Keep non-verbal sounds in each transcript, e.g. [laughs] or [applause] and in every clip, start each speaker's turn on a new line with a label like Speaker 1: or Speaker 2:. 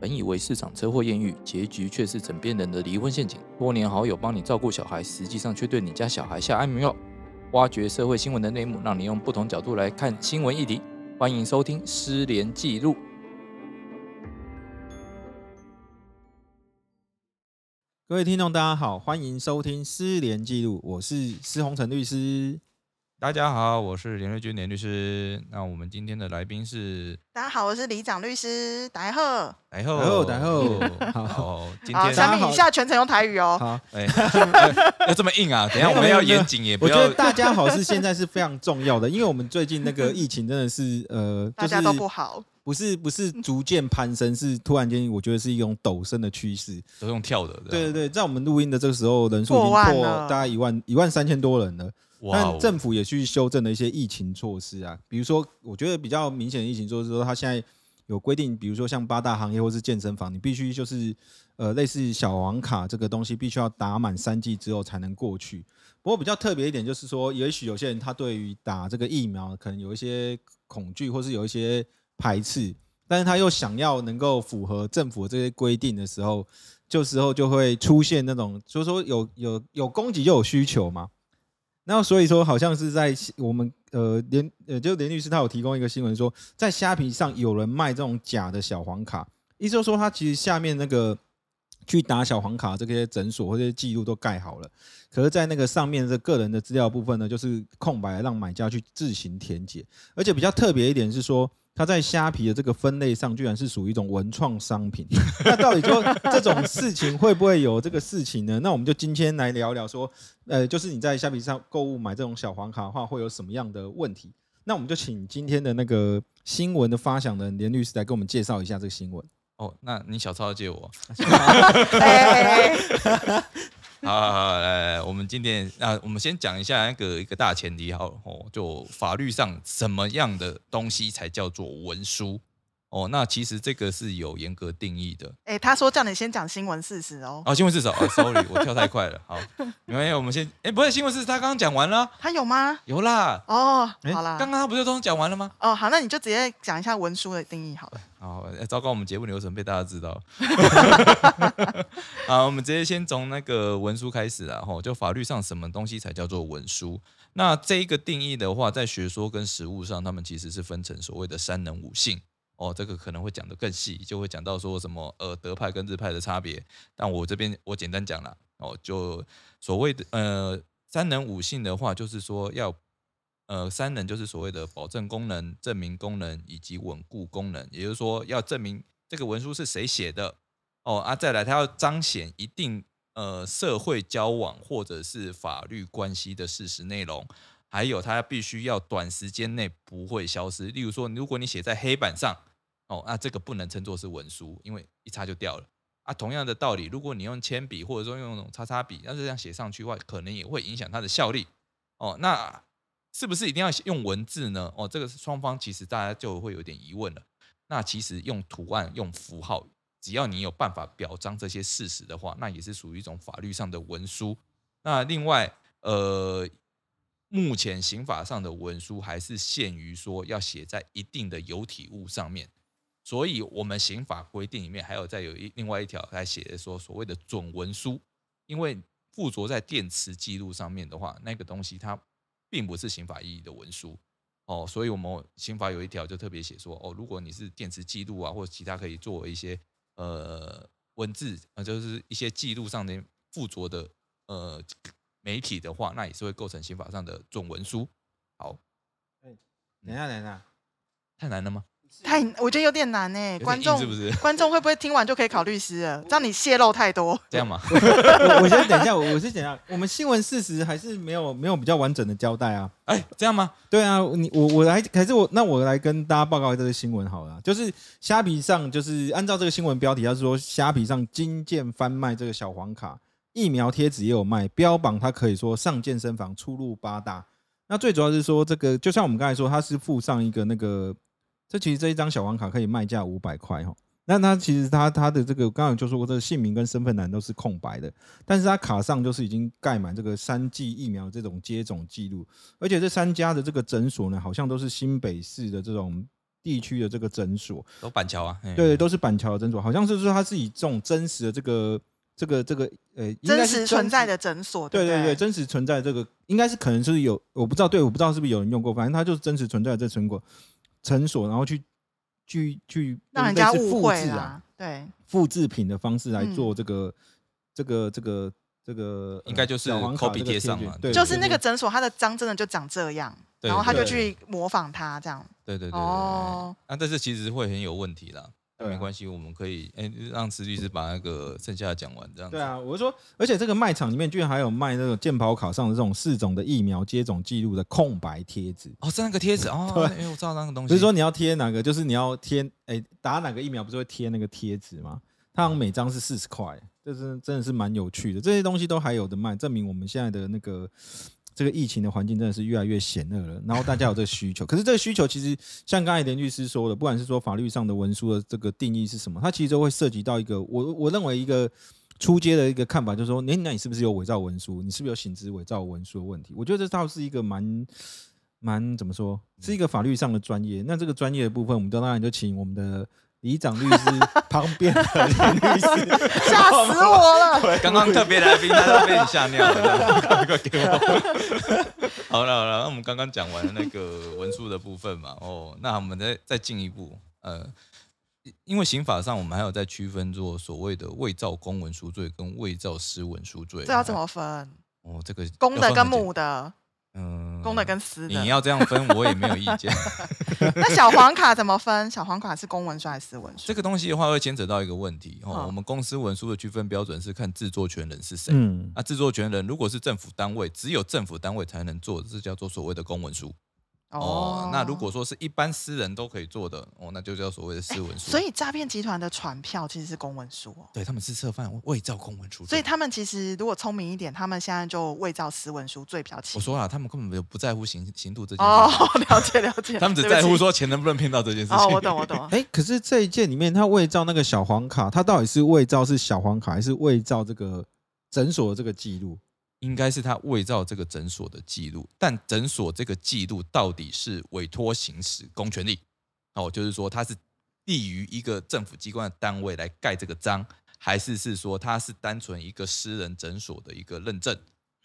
Speaker 1: 本以为市场车祸艳遇，结局却是枕边人的离婚陷阱。多年好友帮你照顾小孩，实际上却对你家小孩下安眠药。挖掘社会新闻的内幕，让你用不同角度来看新闻议题。欢迎收听《失联记录》。
Speaker 2: 各位听众，大家好，欢迎收听《失联记录》，我是施宏成律师。
Speaker 3: 大家好，我是连瑞君连律师。那我们今天的来宾是
Speaker 4: 大家好，我是李长律师，大家好。
Speaker 3: 台后
Speaker 2: 台后台后好
Speaker 3: 好，今
Speaker 4: 好，
Speaker 2: 大
Speaker 3: 天
Speaker 4: 下
Speaker 2: 家
Speaker 4: 面
Speaker 2: 好
Speaker 4: 以下全程用台语哦。
Speaker 2: 好，
Speaker 3: 哎，要这么硬啊？等一下我们要严谨，也
Speaker 2: 我
Speaker 3: 不
Speaker 2: 觉
Speaker 3: 要
Speaker 2: 得大家好是现在是非常重要的，因为我们最近那个疫情真的是呃，
Speaker 4: [laughs] 大家都不，好，
Speaker 2: [laughs] 不是不是逐渐攀升，是突然间我觉得是一种陡升的趋势。
Speaker 3: 都用跳的。
Speaker 2: 对对
Speaker 3: 对，
Speaker 2: 对，在我们录音的这个时候，人数已经
Speaker 4: 过万
Speaker 2: 破
Speaker 4: 了
Speaker 2: 大概一万一万三千多人了。
Speaker 3: 哇
Speaker 2: 但
Speaker 3: 哦，
Speaker 2: 政府也去修正了一些疫情措施啊，比如说，我觉得比较明显的疫情措施，说它现在有规定，比如说像八大行业或是健身房，你必须就是呃类似小黄卡这个东西，必须要打满三剂之后才能过去。不过比较特别一点就是说，也许有些人他对于打这个疫苗可能有一些恐惧，或是有一些排斥，但是他又想要能够符合政府这些规定的时候，这时候就会出现那种，就是说有有有供给就有需求嘛。那所以说，好像是在我们呃连呃就连律师他有提供一个新闻说，在虾皮上有人卖这种假的小黄卡，意思就是说他其实下面那个去打小黄卡这些诊所或者记录都盖好了，可是，在那个上面的个人的资料部分呢，就是空白，让买家去自行填写。而且比较特别一点是说，它在虾皮的这个分类上，居然是属于一种文创商品。 [laughs] 那到底说这种事情会不会有这个事情呢？那我们就今天来聊聊说，呃，就是你在虾皮上购物买这种小黄卡的话，会有什么样的问题？那我们就请今天的那个新闻的发想人连律师来给我们介绍一下这个新闻。
Speaker 3: 哦，那你小抄借
Speaker 2: [laughs]
Speaker 3: 我。
Speaker 4: 哎，
Speaker 3: 好好好，来来，我们今天啊，我们先讲一下那个一个大前提好了哦，就法律上什么样的东西才叫做文书哦？那其实这个是有严格定义的。
Speaker 4: 哎，他说叫你先讲新闻事实哦。
Speaker 3: 哦，新闻是什么、哦、？Sorry，我跳太快了。好，没关系，我们先，哎，不是新闻是他刚刚讲完了，
Speaker 4: 他有吗？
Speaker 3: 有啦，
Speaker 4: 哦，
Speaker 2: 哎
Speaker 4: 好啦
Speaker 3: 刚，刚他不是都讲完了吗？
Speaker 4: 哦，好，那你就直接讲一下文书的定义好了。
Speaker 3: 好，哎糟糕，我们节目流程被大家知道。 [laughs] 好，我们直接先从那个文书开始啦，吼，就法律上什么东西才叫做文书？那这一个定义的话，在学说跟实务上，他们其实是分成所谓的三能五性。哦，这个可能会讲得更细，就会讲到说什么呃德派跟日派的差别。但我这边我简单讲啦，哦，就所谓的呃三能五性的话，就是说要呃，三能就是所谓的保证功能、证明功能以及稳固功能，也就是说要证明这个文书是谁写的哦啊，再来它要彰显一定呃社会交往或者是法律关系的事实内容，还有它必须要短时间内不会消失。例如说，如果你写在黑板上哦，那这个不能称作是文书，因为一擦就掉了。啊，同样的道理，如果你用铅笔或者说用那种擦擦笔，那这样写上去的话，可能也会影响它的效力哦。那是不是一定要用文字呢？哦，这个是双方其实大家就会有点疑问了。那其实用图案、用符号，只要你有办法表彰这些事实的话，那也是属于一种法律上的文书。那另外，呃，目前刑法上的文书还是限于说要写在一定的有体物上面，所以我们刑法规定里面还有再有一另外一条来写的说所谓的准文书，因为附着在电磁记录上面的话，那个东西它并不是刑法意义的文书哦，所以我们刑法有一条就特别写说哦，如果你是电磁记录啊，或者其他可以作为一些呃文字，呃就是一些记录上的附着的呃媒体的话，那也是会构成刑法上的准文书。好，
Speaker 2: 等一下，等一下，
Speaker 3: 太难了吗？
Speaker 4: 太，我觉得有点难哎，
Speaker 3: 有点
Speaker 4: 观
Speaker 3: 硬
Speaker 4: 众
Speaker 3: 是不 [laughs] 是
Speaker 4: 观众会不会听完就可以考律师了？让你泄露太多。
Speaker 3: 这样嘛？
Speaker 2: 我我先等一下，我我先等一下，我们新闻事实还是没有没有比较完整的交代啊。
Speaker 3: 哎，这样吗？
Speaker 2: 对啊，你我我来，还是我那我来跟大家报告这个新闻好了啊，就是虾皮上，就是按照这个新闻标题，他说虾皮上金件贩卖这个小黄卡，疫苗贴纸也有卖，标榜它可以说上健身房出入八大。那最主要是说这个，就像我们刚才说，它是附上一个那个，这其实这一张小黄卡可以卖价五百块哈。那它其实它它的这个，刚才有就说过，这个姓名跟身份栏都是空白的，但是它卡上就是已经盖满这个三剂疫苗这种接种记录，而且这三家的这个诊所呢，好像都是新北市的这种地区的这个诊所，
Speaker 3: 都板桥啊，嘿
Speaker 2: 对对，，都是板桥的诊所，好像是说它是以这种真实的这个这个这个呃，应该
Speaker 4: 真
Speaker 2: 是
Speaker 4: 实存在的诊所，
Speaker 2: 对
Speaker 4: 不
Speaker 2: 对对，
Speaker 4: 对，
Speaker 2: 真实存在这个应该是可能是有，我不知道，对，我不知道是不是有人用过，反正它就是真实存在的这成果诊所，然后去去去
Speaker 4: 让人家
Speaker 2: 类似
Speaker 4: 误
Speaker 2: 复
Speaker 4: 会
Speaker 2: 制啊
Speaker 4: 啦，，对，
Speaker 2: 复制品的方式来
Speaker 4: 嗯
Speaker 2: 做这个、这个这个这个，呃
Speaker 3: 应该就是
Speaker 2: 小黄卡
Speaker 3: copy
Speaker 2: 这个
Speaker 3: 贴上
Speaker 2: 贴
Speaker 3: 嘛
Speaker 2: 纸对，
Speaker 4: 就是那
Speaker 2: 对
Speaker 4: 个诊所它的章真的就长这样，
Speaker 3: 对
Speaker 4: 然后他就
Speaker 2: 对
Speaker 4: 去模仿它这样，
Speaker 3: 对对对对对
Speaker 4: 哦
Speaker 3: 对。那但是其实会很有问题啦，
Speaker 2: 对啊
Speaker 3: 没关系，我们可以哎让池律师把那个剩下的讲完，这样子
Speaker 2: 对啊，我就说，而且这个卖场里面居然还有卖那种健保卡上的这种四种的疫苗接种记录的空白贴纸，
Speaker 3: 哦，是那个贴纸哦，
Speaker 2: 对
Speaker 3: 哎、我知道那个东西。
Speaker 2: 不是说你要贴哪个，就是你要贴，哎、打哪个疫苗不是会贴那个贴纸吗？它好像每张是四十块，这是真的是蛮有趣的。这些东西都还有的卖，证明我们现在的那个这个疫情的环境真的是越来越险恶了。然后大家有这个需求，可是这个需求其实像刚才连律师说的，不管是说法律上的文书的这个定义是什么，它其实都会涉及到一个我我认为一个。出街的一个看法就是说，你那你是不是有伪造文书？你是不是有行之伪造文书的问题？我觉得这倒是一个蛮蛮怎么说，
Speaker 4: 嗯
Speaker 2: 是一个法律上的专业。那这个专业的部分，我们当然就请我们的里长律
Speaker 4: [laughs]
Speaker 2: 师旁边的林律师。
Speaker 4: 吓死我了！
Speaker 3: [laughs] 刚刚特别来宾，他都被你吓尿了，
Speaker 2: [laughs]
Speaker 3: 赶快给我。好了好了，那我们刚刚讲完那个文书的部分嘛，哦，那我们再再进一步，呃，因为刑法上我们还有在区分做所谓的伪造公文书罪跟伪造私文书罪，
Speaker 4: 这要啊怎么分？
Speaker 3: 哦，这个
Speaker 4: 公的跟
Speaker 3: 母，
Speaker 4: 母的，
Speaker 3: 嗯
Speaker 4: 公的跟私
Speaker 3: 你
Speaker 4: 的。
Speaker 3: 要这样分，我也没有意
Speaker 4: [laughs]
Speaker 3: 见。
Speaker 4: 那小黄卡怎么分？小黄卡是公文书还是私文书？
Speaker 3: 这个东西的话，会牵扯到一个问题哦。
Speaker 4: 嗯
Speaker 3: 我们公司文书的区分标准是看制作权人是谁。
Speaker 2: 嗯，
Speaker 3: 那制作权人如果是政府单位，只有政府单位才能做，这叫做所谓的公文书。哦，那如果说是一般私人都可以做的，哦，那就叫所谓的私文书。
Speaker 4: 所以诈骗集团的传票其实是公文书哦。
Speaker 3: 对他们是涉犯伪造公文书罪。
Speaker 4: 所以他们其实如果聪明一点，他们现在就伪造私文书罪比较轻
Speaker 3: 我。说啊了，他们根本没有不在乎刑刑度这件
Speaker 4: 哦
Speaker 3: 事
Speaker 4: [laughs]
Speaker 3: 情，，
Speaker 4: 了解了解，
Speaker 3: 他们只
Speaker 4: [laughs] 对不
Speaker 3: 在乎
Speaker 4: 起。
Speaker 3: 说钱能不能骗到这 [laughs] 件事情。
Speaker 4: 哦，我懂我懂。
Speaker 2: 哎、可是这一件里面，他伪造那个小黄卡，他到底是伪造是小黄卡，还是伪造这个诊所的这个记录？
Speaker 3: 应该是他伪造这个诊所的记录，但诊所这个记录到底是委托行使公权力？哦，就是说他是立于一个政府机关的单位来盖这个章，还是是说他是单纯一个私人诊所的一个认证？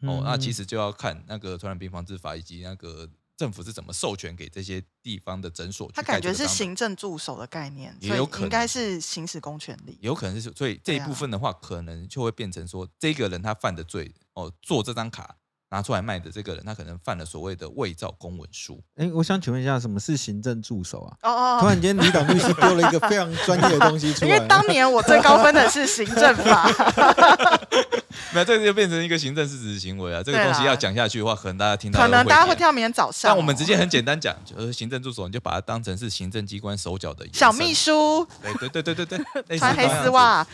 Speaker 3: 哦，那其
Speaker 2: 实
Speaker 3: 实就要看那个传染病防治法以及那个政府是怎么授权给这些地方的诊所去
Speaker 4: 他
Speaker 3: 盖
Speaker 4: 感
Speaker 3: 这
Speaker 4: 觉
Speaker 3: 个章
Speaker 4: 是
Speaker 3: 的。
Speaker 4: 行政助手的概念，
Speaker 3: 也
Speaker 4: 所以
Speaker 3: 有可能
Speaker 4: 应该是行使公权力。
Speaker 3: 有可能是，所以这一
Speaker 4: 对啊
Speaker 3: 部分的话，可能就会变成说，这个人他犯的罪哦，做这张卡拿出来卖的这个人，他可能犯了所谓的伪造公文书。
Speaker 2: 哎、我想请问一下，什么是行政助手啊？
Speaker 4: 哦哦
Speaker 2: 突
Speaker 4: 哦，
Speaker 2: 然间，李党律师丢了一个非常专业的东西出
Speaker 4: [laughs] 因
Speaker 2: 来
Speaker 4: 为。当年我最高分的是行政
Speaker 3: [laughs]
Speaker 4: 法，
Speaker 3: 那这个就变成一个行政事实行为啊，这个
Speaker 4: 对
Speaker 3: 东
Speaker 4: 啦
Speaker 3: 西要讲下去的话，可能大家听到
Speaker 4: 可能
Speaker 3: 都
Speaker 4: 大家会
Speaker 3: 念
Speaker 4: 听。到明天早上哦。
Speaker 3: 但我们直接很简单讲，就是行政助手，你就把它当成是行政机关手脚的延伸
Speaker 4: 小秘。书
Speaker 3: 对对对对对对，类似
Speaker 4: 穿黑
Speaker 3: 哎这样
Speaker 4: 丝
Speaker 3: 子。 [laughs]
Speaker 4: 袜，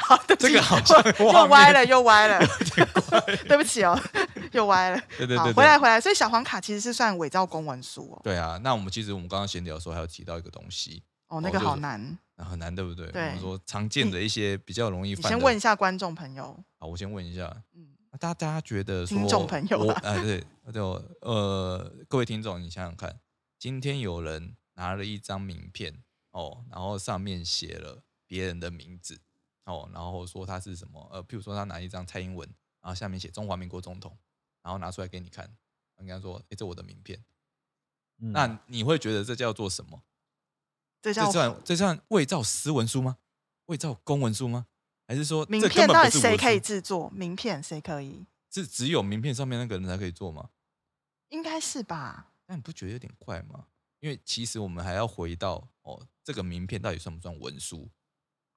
Speaker 4: 好，对不起
Speaker 3: 这个好像
Speaker 4: 又
Speaker 3: 画
Speaker 4: 又
Speaker 3: 面
Speaker 4: 歪了，又歪了，
Speaker 3: [laughs]
Speaker 4: [laughs] 对不起哦，又歪了。
Speaker 3: 对对
Speaker 4: 好
Speaker 3: 对，，
Speaker 4: 回来
Speaker 3: 对。
Speaker 4: 回来，所以小黄卡其实是算伪造公文书哦。
Speaker 3: 对啊，那我们其实我们刚刚闲聊的时候还有提到一个东西，
Speaker 4: 哦，那
Speaker 3: 哦
Speaker 4: 个
Speaker 3: 就是
Speaker 4: 好难，
Speaker 3: 啊很难，对不对？
Speaker 4: 对嗯
Speaker 3: 我们说常见的一些比较容易
Speaker 4: 你
Speaker 3: 犯。
Speaker 4: 先
Speaker 3: 的。
Speaker 4: 问一下观众朋友，
Speaker 3: 好，我先问一下，
Speaker 4: 嗯
Speaker 3: 嗯，大家大家觉得说
Speaker 4: 听众朋友
Speaker 3: 我
Speaker 4: 吧
Speaker 3: 呃，对，对，呃，各位听众，你想想看，今天有人拿了一张名片哦，然后上面写了别人的名字哦，然后说他是什么呃，譬如说他拿一张蔡英文，然后下面写中华民国总统，然后拿出来给你看，你跟他说，哎诶，这我的名片，
Speaker 2: 嗯
Speaker 3: 那你会觉得这叫做什么？
Speaker 4: 这
Speaker 3: 这
Speaker 4: 叫
Speaker 3: 算这算伪造私文书吗？伪造公文书吗？还是说
Speaker 4: 名
Speaker 3: 这根
Speaker 4: 片
Speaker 3: 本
Speaker 4: 到
Speaker 3: 不
Speaker 4: 底
Speaker 3: 是
Speaker 4: 谁
Speaker 3: 我
Speaker 4: 可以
Speaker 3: 书？
Speaker 4: 制作？名片谁可以？
Speaker 3: 是只有名片上面那个人才可以做吗？
Speaker 4: 应该是吧？
Speaker 3: 那你不觉得有点怪吗？因为其实我们还要回到哦，这个名片到底算不算文书？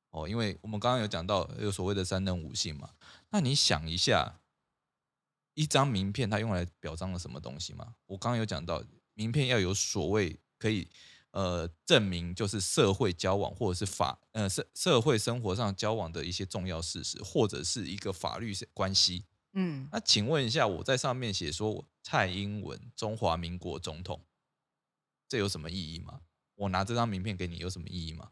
Speaker 3: 哦，因为我们刚刚有讲到有所谓的三人五姓嘛，那你想一下，一张名片它用来表彰了什么东西吗？我刚刚有讲到，名片要有所谓可以呃证明就是社会交往或者是法呃社社会生活上交往的一些重要事实，或者是一个法律关系。
Speaker 4: 嗯，
Speaker 3: 那请问一下，我在上面写说我蔡英文中华民国总统，这有什么意义吗？我拿这张名片给你有什么意义吗？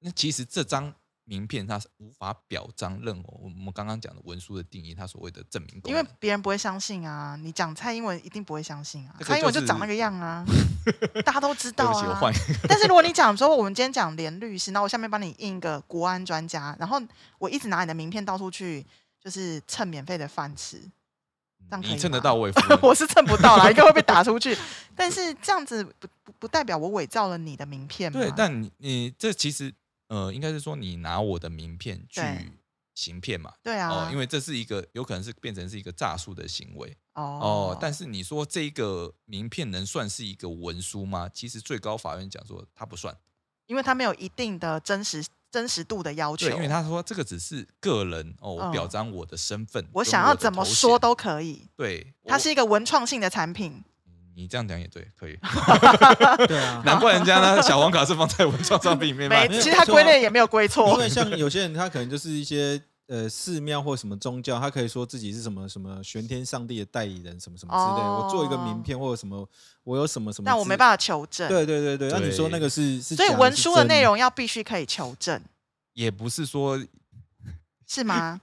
Speaker 3: 那其实这张名片它是无法表彰任何我们刚刚讲的文书的定义，它所谓的证明功
Speaker 4: 因为
Speaker 3: 能。
Speaker 4: 别人不会相信啊，你讲蔡英文一定不会相信啊，
Speaker 3: 这个
Speaker 4: 蔡英文
Speaker 3: 就
Speaker 4: 就是长那个
Speaker 3: [laughs]
Speaker 4: 样啊，大家都知
Speaker 3: 对
Speaker 4: 道
Speaker 3: 不起，我
Speaker 4: 啊
Speaker 3: 换。一个
Speaker 4: 但是如果你讲说我们今天讲连律师，那我下面帮你印一个国安专家，然后我一直拿你的名片到处去，就是蹭免费的饭吃，这样可以
Speaker 3: 你蹭得
Speaker 4: 吗
Speaker 3: 到
Speaker 4: [laughs]
Speaker 3: 我也服了
Speaker 4: 我是蹭不到啦，应该会被打出去。但是这样子不不不代表我伪造了你的名片嘛？
Speaker 3: 对，但你你这其实呃，应该是说你拿我的名片去
Speaker 4: 对
Speaker 3: 行骗嘛。
Speaker 4: 对啊，
Speaker 3: 哦，因
Speaker 4: 为
Speaker 3: 为这是一个有可能是变成是一个诈术的行为
Speaker 4: 哦
Speaker 3: 哦。但是你说这个名片能算是一个文书吗？其实最高法院讲说它不算，
Speaker 4: 因为他没有一定的真实真实度的要求，
Speaker 3: 对，因为他说这个只是个人哦，我
Speaker 4: 嗯
Speaker 3: 表彰我的身份，
Speaker 4: 我
Speaker 3: 跟
Speaker 4: 想要
Speaker 3: 的
Speaker 4: 怎么
Speaker 3: 头
Speaker 4: 说
Speaker 3: 衔
Speaker 4: 都可以，
Speaker 3: 对，
Speaker 4: 它
Speaker 3: 我
Speaker 4: 是一个文创性的产品。
Speaker 3: 你这样讲也对，
Speaker 4: [laughs]
Speaker 3: 可以，
Speaker 2: 对啊，
Speaker 3: 难怪人家呢小黄卡是放在文创商品
Speaker 4: [laughs]
Speaker 3: 里面卖
Speaker 4: 没，
Speaker 3: 的，
Speaker 4: 其实它归类也没有归
Speaker 2: 因
Speaker 4: 错
Speaker 2: 为。像有些人他可能就是一些呃寺庙或什么宗教，他可以说自己是什么什么玄天上帝的代理人，什么什么之类的。
Speaker 4: 哦
Speaker 2: 我做一个名片或者什么，我有什么什么资，
Speaker 4: 但我没办法求证，
Speaker 2: 对对对对，那你
Speaker 3: 对
Speaker 2: 说那个是是假的，
Speaker 4: 所以文书的
Speaker 2: 是真
Speaker 4: 内容要必须可以求证，
Speaker 3: 也不是说，
Speaker 4: 是吗？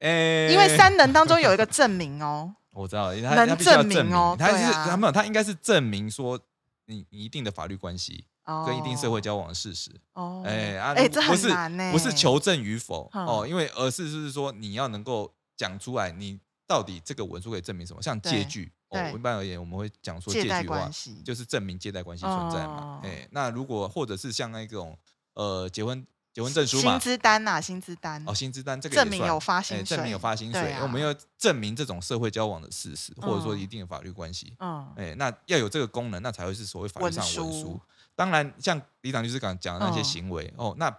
Speaker 3: 诶，
Speaker 4: 因为三能当中有一个证明哦，
Speaker 3: 我知道，因为他
Speaker 4: 能
Speaker 3: 他必须要
Speaker 4: 证明
Speaker 3: 证
Speaker 4: 哦
Speaker 3: 他
Speaker 4: 对
Speaker 3: 是
Speaker 4: 啊
Speaker 3: 他没有，他应该是证明说你你一定的法律关系
Speaker 4: 哦
Speaker 3: [laughs] 跟一定社会交往的事实，
Speaker 4: 哦，
Speaker 3: 哎啊，
Speaker 4: 哎，这
Speaker 3: 不
Speaker 4: 很
Speaker 3: 是
Speaker 4: 难呢，
Speaker 3: 不是求证与否
Speaker 4: 嗯
Speaker 3: 哦，因为而是就是说你要能够讲出来，你到底这个文书可以证明什么？像借
Speaker 4: 对
Speaker 3: 据，
Speaker 4: 对
Speaker 3: 哦，一般而言我们会讲说借据
Speaker 4: 借贷
Speaker 3: 的话
Speaker 4: 关，系，
Speaker 3: 就是证明借贷关系存在嘛
Speaker 4: 哦。
Speaker 3: 哎，那如果或者是像那种呃结婚结婚证书嘛
Speaker 4: 薪，资单呐，薪资单
Speaker 3: 哦，薪资单这个也
Speaker 4: 证明
Speaker 3: 算
Speaker 4: 有发
Speaker 3: 哎，
Speaker 4: 薪水，
Speaker 3: 证明有发薪水
Speaker 4: 对，啊
Speaker 3: 我们要证明这种社会交往的事实，或者说
Speaker 4: 嗯
Speaker 3: 一定的法律关系。
Speaker 4: 嗯，
Speaker 3: 哎，那要有这个功能，那才会是所谓法律
Speaker 4: 文
Speaker 3: 上的文
Speaker 4: 书
Speaker 3: 书。当然，像李长律师刚讲的那些
Speaker 4: 嗯
Speaker 3: 行为，哦，那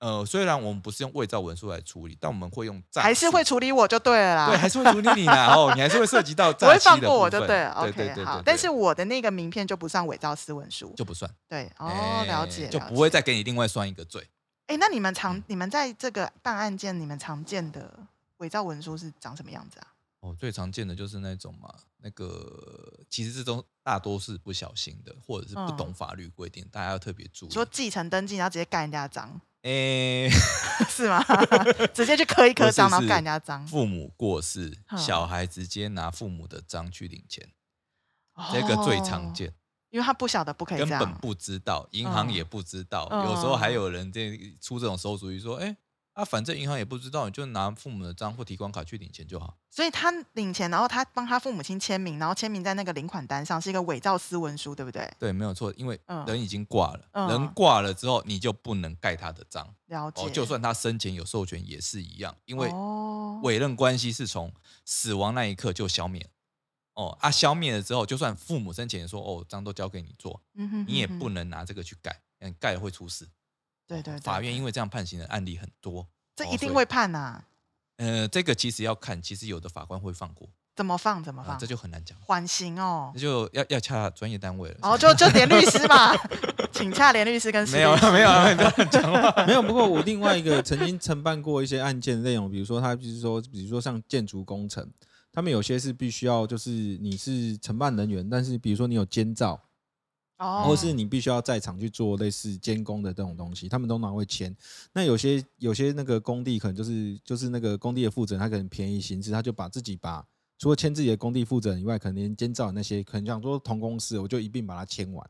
Speaker 3: 呃，虽然我们不是用伪造文书来处理，但我们会用哎诈，
Speaker 4: 还是会。处理我就对了啦，
Speaker 3: 对，还是会处理你啦，哦，你还是会涉及到
Speaker 4: 不
Speaker 3: 诈
Speaker 4: 会
Speaker 3: 欺的
Speaker 4: 放过我就
Speaker 3: 部分
Speaker 4: 对了
Speaker 3: 对对
Speaker 4: ，OK，
Speaker 3: 对
Speaker 4: 好
Speaker 3: 对，
Speaker 4: 但
Speaker 3: 对
Speaker 4: 是我的那个名片就不算伪造私文书，
Speaker 3: 就不算
Speaker 4: 对，哦
Speaker 3: 哎，
Speaker 4: 了解，
Speaker 3: 就
Speaker 4: 了
Speaker 3: 不会
Speaker 4: 解
Speaker 3: 再给嗯你另外算一个罪。
Speaker 4: 哎，那你们常你们在这个办案件，你们常见的伪造文书是长什么样子啊？
Speaker 3: 哦，最常见的就是那种嘛，那个其实这种大多是不小心的，或者是不
Speaker 4: 嗯
Speaker 3: 懂法律规定，大家要特别注意。哎
Speaker 4: 说继承登记，然后直接盖人家的章，
Speaker 3: 诶、
Speaker 4: [laughs] 是吗？直接去刻一
Speaker 3: 不
Speaker 4: 刻
Speaker 3: 是
Speaker 4: 章，然后
Speaker 3: 是
Speaker 4: 盖人家的章，
Speaker 3: 父母过世，
Speaker 4: 哼
Speaker 3: 小孩直接拿父母的章去领钱，这个最常
Speaker 4: 哦
Speaker 3: 见，
Speaker 4: 因为他不晓得不可以
Speaker 3: 根
Speaker 4: 这样，
Speaker 3: 本不知道，银行
Speaker 4: 嗯
Speaker 3: 也不知道，
Speaker 4: 嗯
Speaker 3: 有时候还有人这出这种馊主意说，哎、啊，反正银行也不知道，你就拿父母的章或提款卡去领钱就好。
Speaker 4: 所以他领钱，然后他帮他父母亲签名，然后签名在那个领款单上是一个伪造私文书，对不对？
Speaker 3: 对，没有错，因为
Speaker 4: 嗯
Speaker 3: 人已经挂了，
Speaker 4: 嗯
Speaker 3: 人挂了之后，你就不能盖他的章。
Speaker 4: 了解。
Speaker 3: 哦，就算他生前有授权也是一样，因为
Speaker 4: 哦，
Speaker 3: 委任关系是从死亡那一刻就消灭了。哦啊，消灭了之后，就算父母生前说哦，章都交给你做，
Speaker 4: 嗯哼
Speaker 3: 你也
Speaker 4: 嗯哼
Speaker 3: 不能拿这个去盖，嗯，盖了会出事。
Speaker 4: 对对对，
Speaker 3: 法院因为这样判刑的案例很多，
Speaker 4: 这
Speaker 3: 哦
Speaker 4: 一定。
Speaker 3: 所
Speaker 4: 会
Speaker 3: 以
Speaker 4: 判啊呐、
Speaker 3: 呃，这个其实要看，其实有的法官会放过，
Speaker 4: 怎么放怎么
Speaker 3: 啊
Speaker 4: 放，，
Speaker 3: 这就很难讲，
Speaker 4: 缓
Speaker 3: [laughs]
Speaker 4: 刑哦
Speaker 3: 那。就要要洽专业单位了。
Speaker 4: 然后就就连律师嘛， [laughs] 请洽连律师跟
Speaker 3: 没有了，没有啊
Speaker 4: [laughs]
Speaker 3: 了，你不要乱讲话。 [laughs]
Speaker 2: 没有，不过我另外一个曾经承办过一些案件内容，比如说他就是说，比如说像建筑工程，他们有些是必须要就是你是承办人员，但是比如说你有监造，
Speaker 4: 哦，
Speaker 2: 或是你必须要在场去做类似监工的这种东西，他们通常会签。那有些有些那个工地可能就是就是那个工地的负责人，他可能便宜行事，他就把自己把除了签自己的工地负责人以外，可能连监造那些可能想说同公司，我就一并把它签完。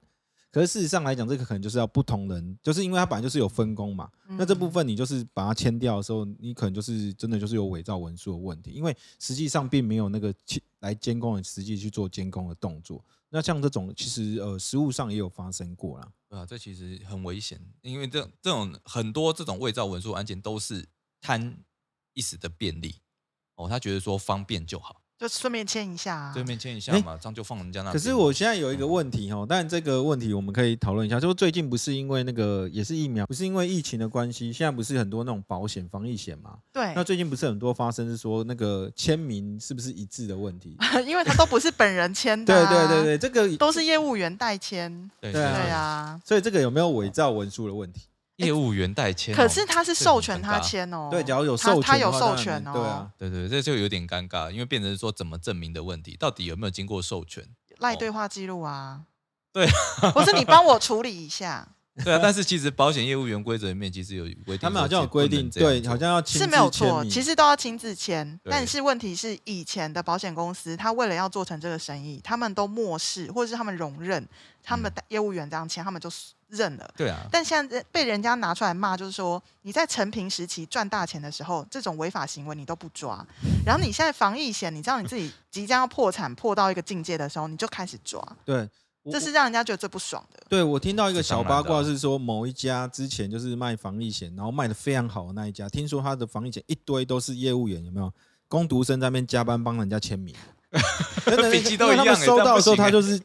Speaker 2: 可是事实上来讲，这个可能就是要不同人，就是因为他本来就是有分工嘛。
Speaker 4: 嗯
Speaker 2: 那这部分你就是把它签掉的时候，你可能就是真的就是有伪造文书的问题，因为实际上并没有那个去来监工人实际去做监工的动作。那像这种其实呃，实物上也有发生过啦。
Speaker 3: 对啊，这其实很危险，因为这这种很多这种伪造文书案件都是贪一时的便利哦，他觉得说方便就好，
Speaker 4: 就顺便签一下、啊。
Speaker 3: 对面签一下
Speaker 2: 哎
Speaker 3: 嘛，这样就放人家那边。嗯
Speaker 2: 可是我现在有一个问题哦，但这个问题我们可以讨论一下。就是最近不是因为那个也是疫苗，不是因为疫情的关系，现在不是很多那种保险防疫险嘛？
Speaker 4: 对
Speaker 2: 那最近不是很多发生是说那个签名是不是一致的问题？
Speaker 4: [laughs] 因为他都不是本人签的、
Speaker 2: 对
Speaker 4: 啊，
Speaker 2: 对对对，这个
Speaker 4: 都是业务员代签。
Speaker 3: 对
Speaker 2: 对啊
Speaker 4: 对，啊，
Speaker 2: 所以这个有没有伪造文书的问题？
Speaker 3: 业务员代签哦，
Speaker 4: 可是他是
Speaker 3: 这个
Speaker 4: 授
Speaker 3: 很
Speaker 4: 权
Speaker 3: 尴尬
Speaker 4: 他签哦，
Speaker 2: 对，假如有授权的话，
Speaker 4: 他他有
Speaker 2: 当
Speaker 4: 授
Speaker 2: 然
Speaker 4: 权哦，
Speaker 2: 对啊，
Speaker 3: 对对，这就有点尴尬，因为变成说怎么证明的问题，到底有没有经过授权？
Speaker 4: 赖
Speaker 2: [laughs]
Speaker 3: 哦
Speaker 4: 对话记录啊，
Speaker 3: 对，
Speaker 4: 不是你帮我处理一下，
Speaker 3: 对啊，但是其实保险业务员规则里面其实有规定，
Speaker 2: 他们好像有规定，对，好像要 [laughs] 亲
Speaker 4: 是
Speaker 2: 自
Speaker 4: 没有
Speaker 2: 签
Speaker 4: 错，
Speaker 2: 名
Speaker 4: 其实都要亲自签。
Speaker 3: 对
Speaker 4: 但是问题是，以前的保险公司，他为了要做成这个生意，他们都漠视，或者是他们容忍他
Speaker 2: 嗯
Speaker 4: 们的业务员这样签，他们就认了。
Speaker 3: 对啊，
Speaker 4: 但现在被人家拿出来骂，就是说你在成平时期赚大钱的时候，这种违法行为你都不抓，然后你现在防疫险，你知道你自己即将要破产，破到一个境界的时候，你就开始抓，
Speaker 2: 对，我
Speaker 4: 这是让人家觉得最不爽的。
Speaker 2: 对我听到一个小八卦
Speaker 3: 这当然的啊
Speaker 2: 是说，某一家之前就是卖防疫险，然后卖的非常好的那一家，听说他的防疫险一堆都是业务员，有没有？工读生在那边加班帮人家签名，
Speaker 3: [laughs]
Speaker 2: 真的
Speaker 3: 笔记都一
Speaker 2: 因为
Speaker 3: 样欸
Speaker 2: 他们收到的时候，
Speaker 3: 这
Speaker 2: 他
Speaker 3: 样
Speaker 2: 就
Speaker 3: 不
Speaker 2: 是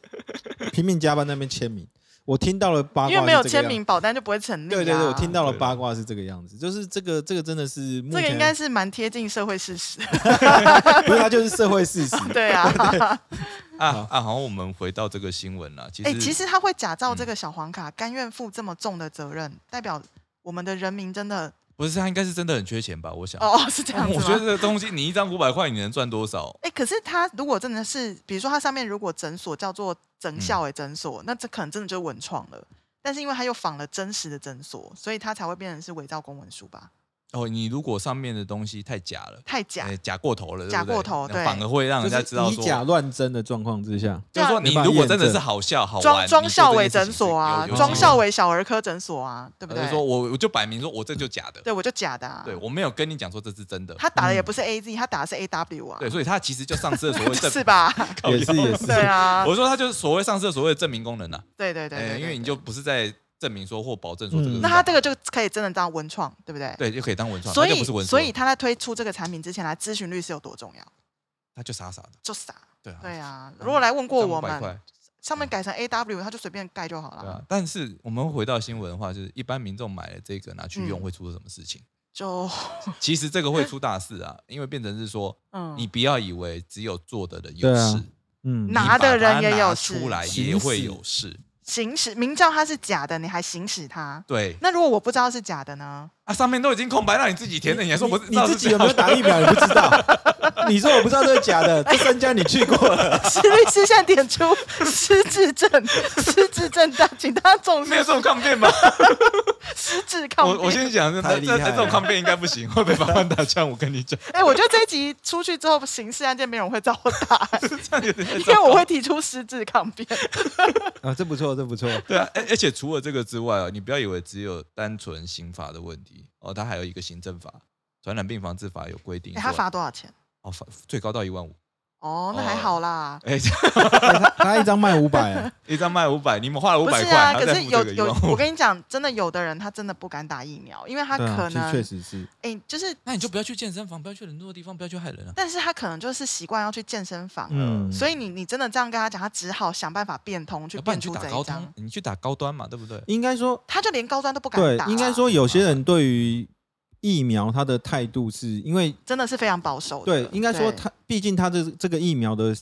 Speaker 2: 拼命加班在那边签名。我听到了八卦，
Speaker 4: 因为没有签。名，保单就不会成立、啊。
Speaker 2: 对对对，我听到了
Speaker 3: 对
Speaker 2: 八卦是这个样子，就是这个这个真的是目
Speaker 4: 这个
Speaker 2: 前
Speaker 4: 应该是蛮贴近社会
Speaker 2: [laughs]
Speaker 4: 事实。
Speaker 2: 不是，它就是社会事实。
Speaker 4: 对啊，
Speaker 3: 啊啊，好，我们回到这个新闻啦，其
Speaker 4: 哎、
Speaker 3: 实
Speaker 4: 其实他会假造这个小黄卡，甘愿负这么重的责任，代表我们的人民真的
Speaker 3: 不是他应该是真的很缺钱吧？我想，
Speaker 4: 哦，是这样子
Speaker 3: 我
Speaker 4: 吗？
Speaker 3: 觉得这个东西你一张五百块你能赚多少？
Speaker 4: 哎、可是他如果真的是，比如说他上面如果诊所叫做诊
Speaker 3: 嗯
Speaker 4: 校诶诊所，那这可能真的就是文创了。但是因为他又仿了真实的诊所，所以他才会变成是伪造公文书吧？
Speaker 3: 哦，你如果上面的东西太假了，
Speaker 4: 太假，
Speaker 3: 哎假过头了，对不
Speaker 4: 假
Speaker 3: 对
Speaker 4: 过头
Speaker 3: 那
Speaker 4: 对
Speaker 3: 反而会让人
Speaker 2: 就
Speaker 3: 家
Speaker 2: 是
Speaker 3: 知道
Speaker 2: 以
Speaker 3: 说，
Speaker 2: 假乱真的状况之下，
Speaker 3: 就是说
Speaker 4: 对啊
Speaker 3: 你如果真的是好笑好玩，
Speaker 4: 装装校
Speaker 3: 校
Speaker 4: 委诊所啊，装校委小儿科诊所啊，对不
Speaker 3: 就
Speaker 4: 对
Speaker 3: 是？呃说我我就摆明说我这就假的，
Speaker 4: 对，我就假的、啊。
Speaker 3: 对我没有跟你讲说这是真的，
Speaker 4: 他打的也不是 A Z，他打的是 A W 啊，
Speaker 3: 对，所以他其实就丧失了所谓证 [laughs]
Speaker 4: 是吧？
Speaker 3: 哦
Speaker 2: 也是也是。
Speaker 4: 对啊，
Speaker 3: 我说他就是所谓丧失了所谓的证明功能啊，
Speaker 4: 对对对对
Speaker 3: 哎
Speaker 4: 对
Speaker 3: 因为你就不是在证明说或保证说
Speaker 2: 嗯
Speaker 3: 这个是
Speaker 4: 那
Speaker 3: 假的，
Speaker 4: 他这个就可以真的当文创，对不对？
Speaker 3: 对就可以当文创，
Speaker 4: 所
Speaker 3: 他就不是
Speaker 4: 以
Speaker 3: 文
Speaker 4: 所
Speaker 3: 创
Speaker 4: 以他在推出这个产品之前，来咨询律师有多重要？
Speaker 3: 他就傻傻的，
Speaker 4: 就傻。
Speaker 3: 对啊，
Speaker 4: 对
Speaker 3: 一
Speaker 4: 啊，
Speaker 3: 嗯
Speaker 4: 如果来问过
Speaker 3: 张
Speaker 4: 我
Speaker 3: 五百块
Speaker 4: 们，上面改成 A W，他就随便盖就好
Speaker 3: 对啊
Speaker 4: 了，，
Speaker 3: 但是我们回到新闻的话，就是一般民众买了这个拿去用
Speaker 4: 嗯
Speaker 3: 会出什么事情？
Speaker 4: 就
Speaker 3: 其实这个会出大事啊，因为变成是说，
Speaker 4: [laughs] 嗯，
Speaker 3: 你不要以为只有做的人有
Speaker 2: 对啊
Speaker 3: 事，
Speaker 2: 嗯
Speaker 3: 你
Speaker 4: 拿
Speaker 3: 把
Speaker 4: 的
Speaker 3: 它
Speaker 4: 人也
Speaker 3: 拿
Speaker 4: 有事
Speaker 3: 出来也
Speaker 2: 行
Speaker 3: 会
Speaker 2: 使
Speaker 3: 有事。
Speaker 4: 行使明知道它是假的，你还行使它。
Speaker 3: 对，
Speaker 4: 那如果我不知道是假的呢？
Speaker 3: 啊，上面都已经空白让你自己填了，你还说不是？
Speaker 2: 你自己有没有打疫苗？你不知道。 [laughs] 你说我不知道这是假 [laughs] 的，这三家你去过了，
Speaker 4: 是律师现在
Speaker 3: [laughs]
Speaker 4: 点出失智症，失智症大，请大家
Speaker 3: [laughs]
Speaker 4: 重
Speaker 3: 没有
Speaker 4: 视
Speaker 3: 这种抗辩吧？
Speaker 4: 失智抗
Speaker 3: 我
Speaker 4: 辩。
Speaker 3: 我先讲，
Speaker 2: 太
Speaker 3: 这
Speaker 2: 厉
Speaker 3: 这
Speaker 2: 害
Speaker 3: 这种
Speaker 2: 了
Speaker 3: 抗辩应该不行，会被法官打枪。我跟
Speaker 4: [laughs]
Speaker 3: 你讲，
Speaker 4: 哎、我觉得这一集出去之后，刑事案件没有人会找我打、
Speaker 3: [laughs] 这样有点太
Speaker 4: 因
Speaker 3: 糟
Speaker 4: 为
Speaker 3: 糕
Speaker 4: 我会提出失智抗辩。
Speaker 2: 啊，这不错，这不错。
Speaker 3: 对啊，而而且除了这个之外啊，你不要以为只有单纯刑法的问题哦，它还有一个行政法。传染病防治法有规定
Speaker 4: 哎、
Speaker 3: 说，
Speaker 4: 他罚多少钱？
Speaker 3: 哦罚最高到一万五，
Speaker 4: 哦，那还好啦。
Speaker 3: 哎，
Speaker 2: [laughs] 他一张卖五百，啊 [laughs]
Speaker 3: 一张卖五百，你们花了五
Speaker 4: 不
Speaker 3: 百
Speaker 4: 是
Speaker 3: 块，
Speaker 4: 啊，
Speaker 3: 还
Speaker 4: 可
Speaker 3: 要再
Speaker 4: 是
Speaker 3: 付
Speaker 4: 有
Speaker 3: 这个
Speaker 4: 有，
Speaker 3: 1万
Speaker 4: 我
Speaker 3: 五
Speaker 4: 跟你讲，真的有的人他真的不敢打疫苗，因为他
Speaker 2: 对啊
Speaker 4: 可
Speaker 2: 其实
Speaker 4: 能
Speaker 2: 确实是。
Speaker 4: 哎、就是，
Speaker 3: 那你就不要去健身房，不要去人多的地方，不要去害人啊。
Speaker 4: 但是他可能就是习惯要去健身房了，
Speaker 2: 嗯，
Speaker 4: 所以你你真的这样跟他讲，他只好想办法变通去
Speaker 3: 要不然
Speaker 4: 变
Speaker 3: 你去
Speaker 4: 出
Speaker 3: 打
Speaker 4: 这
Speaker 3: 高
Speaker 4: 一
Speaker 3: 端
Speaker 4: 张，，
Speaker 3: 你去打高端嘛，对不对？
Speaker 2: 应该说
Speaker 4: 他就连高端都不敢
Speaker 2: 对
Speaker 4: 打、，
Speaker 2: 应该说有些人对于疫苗他的态度是因为
Speaker 4: 真的是非常保守的
Speaker 2: 对，应该说
Speaker 4: 对
Speaker 2: 他毕竟他的这个疫苗的。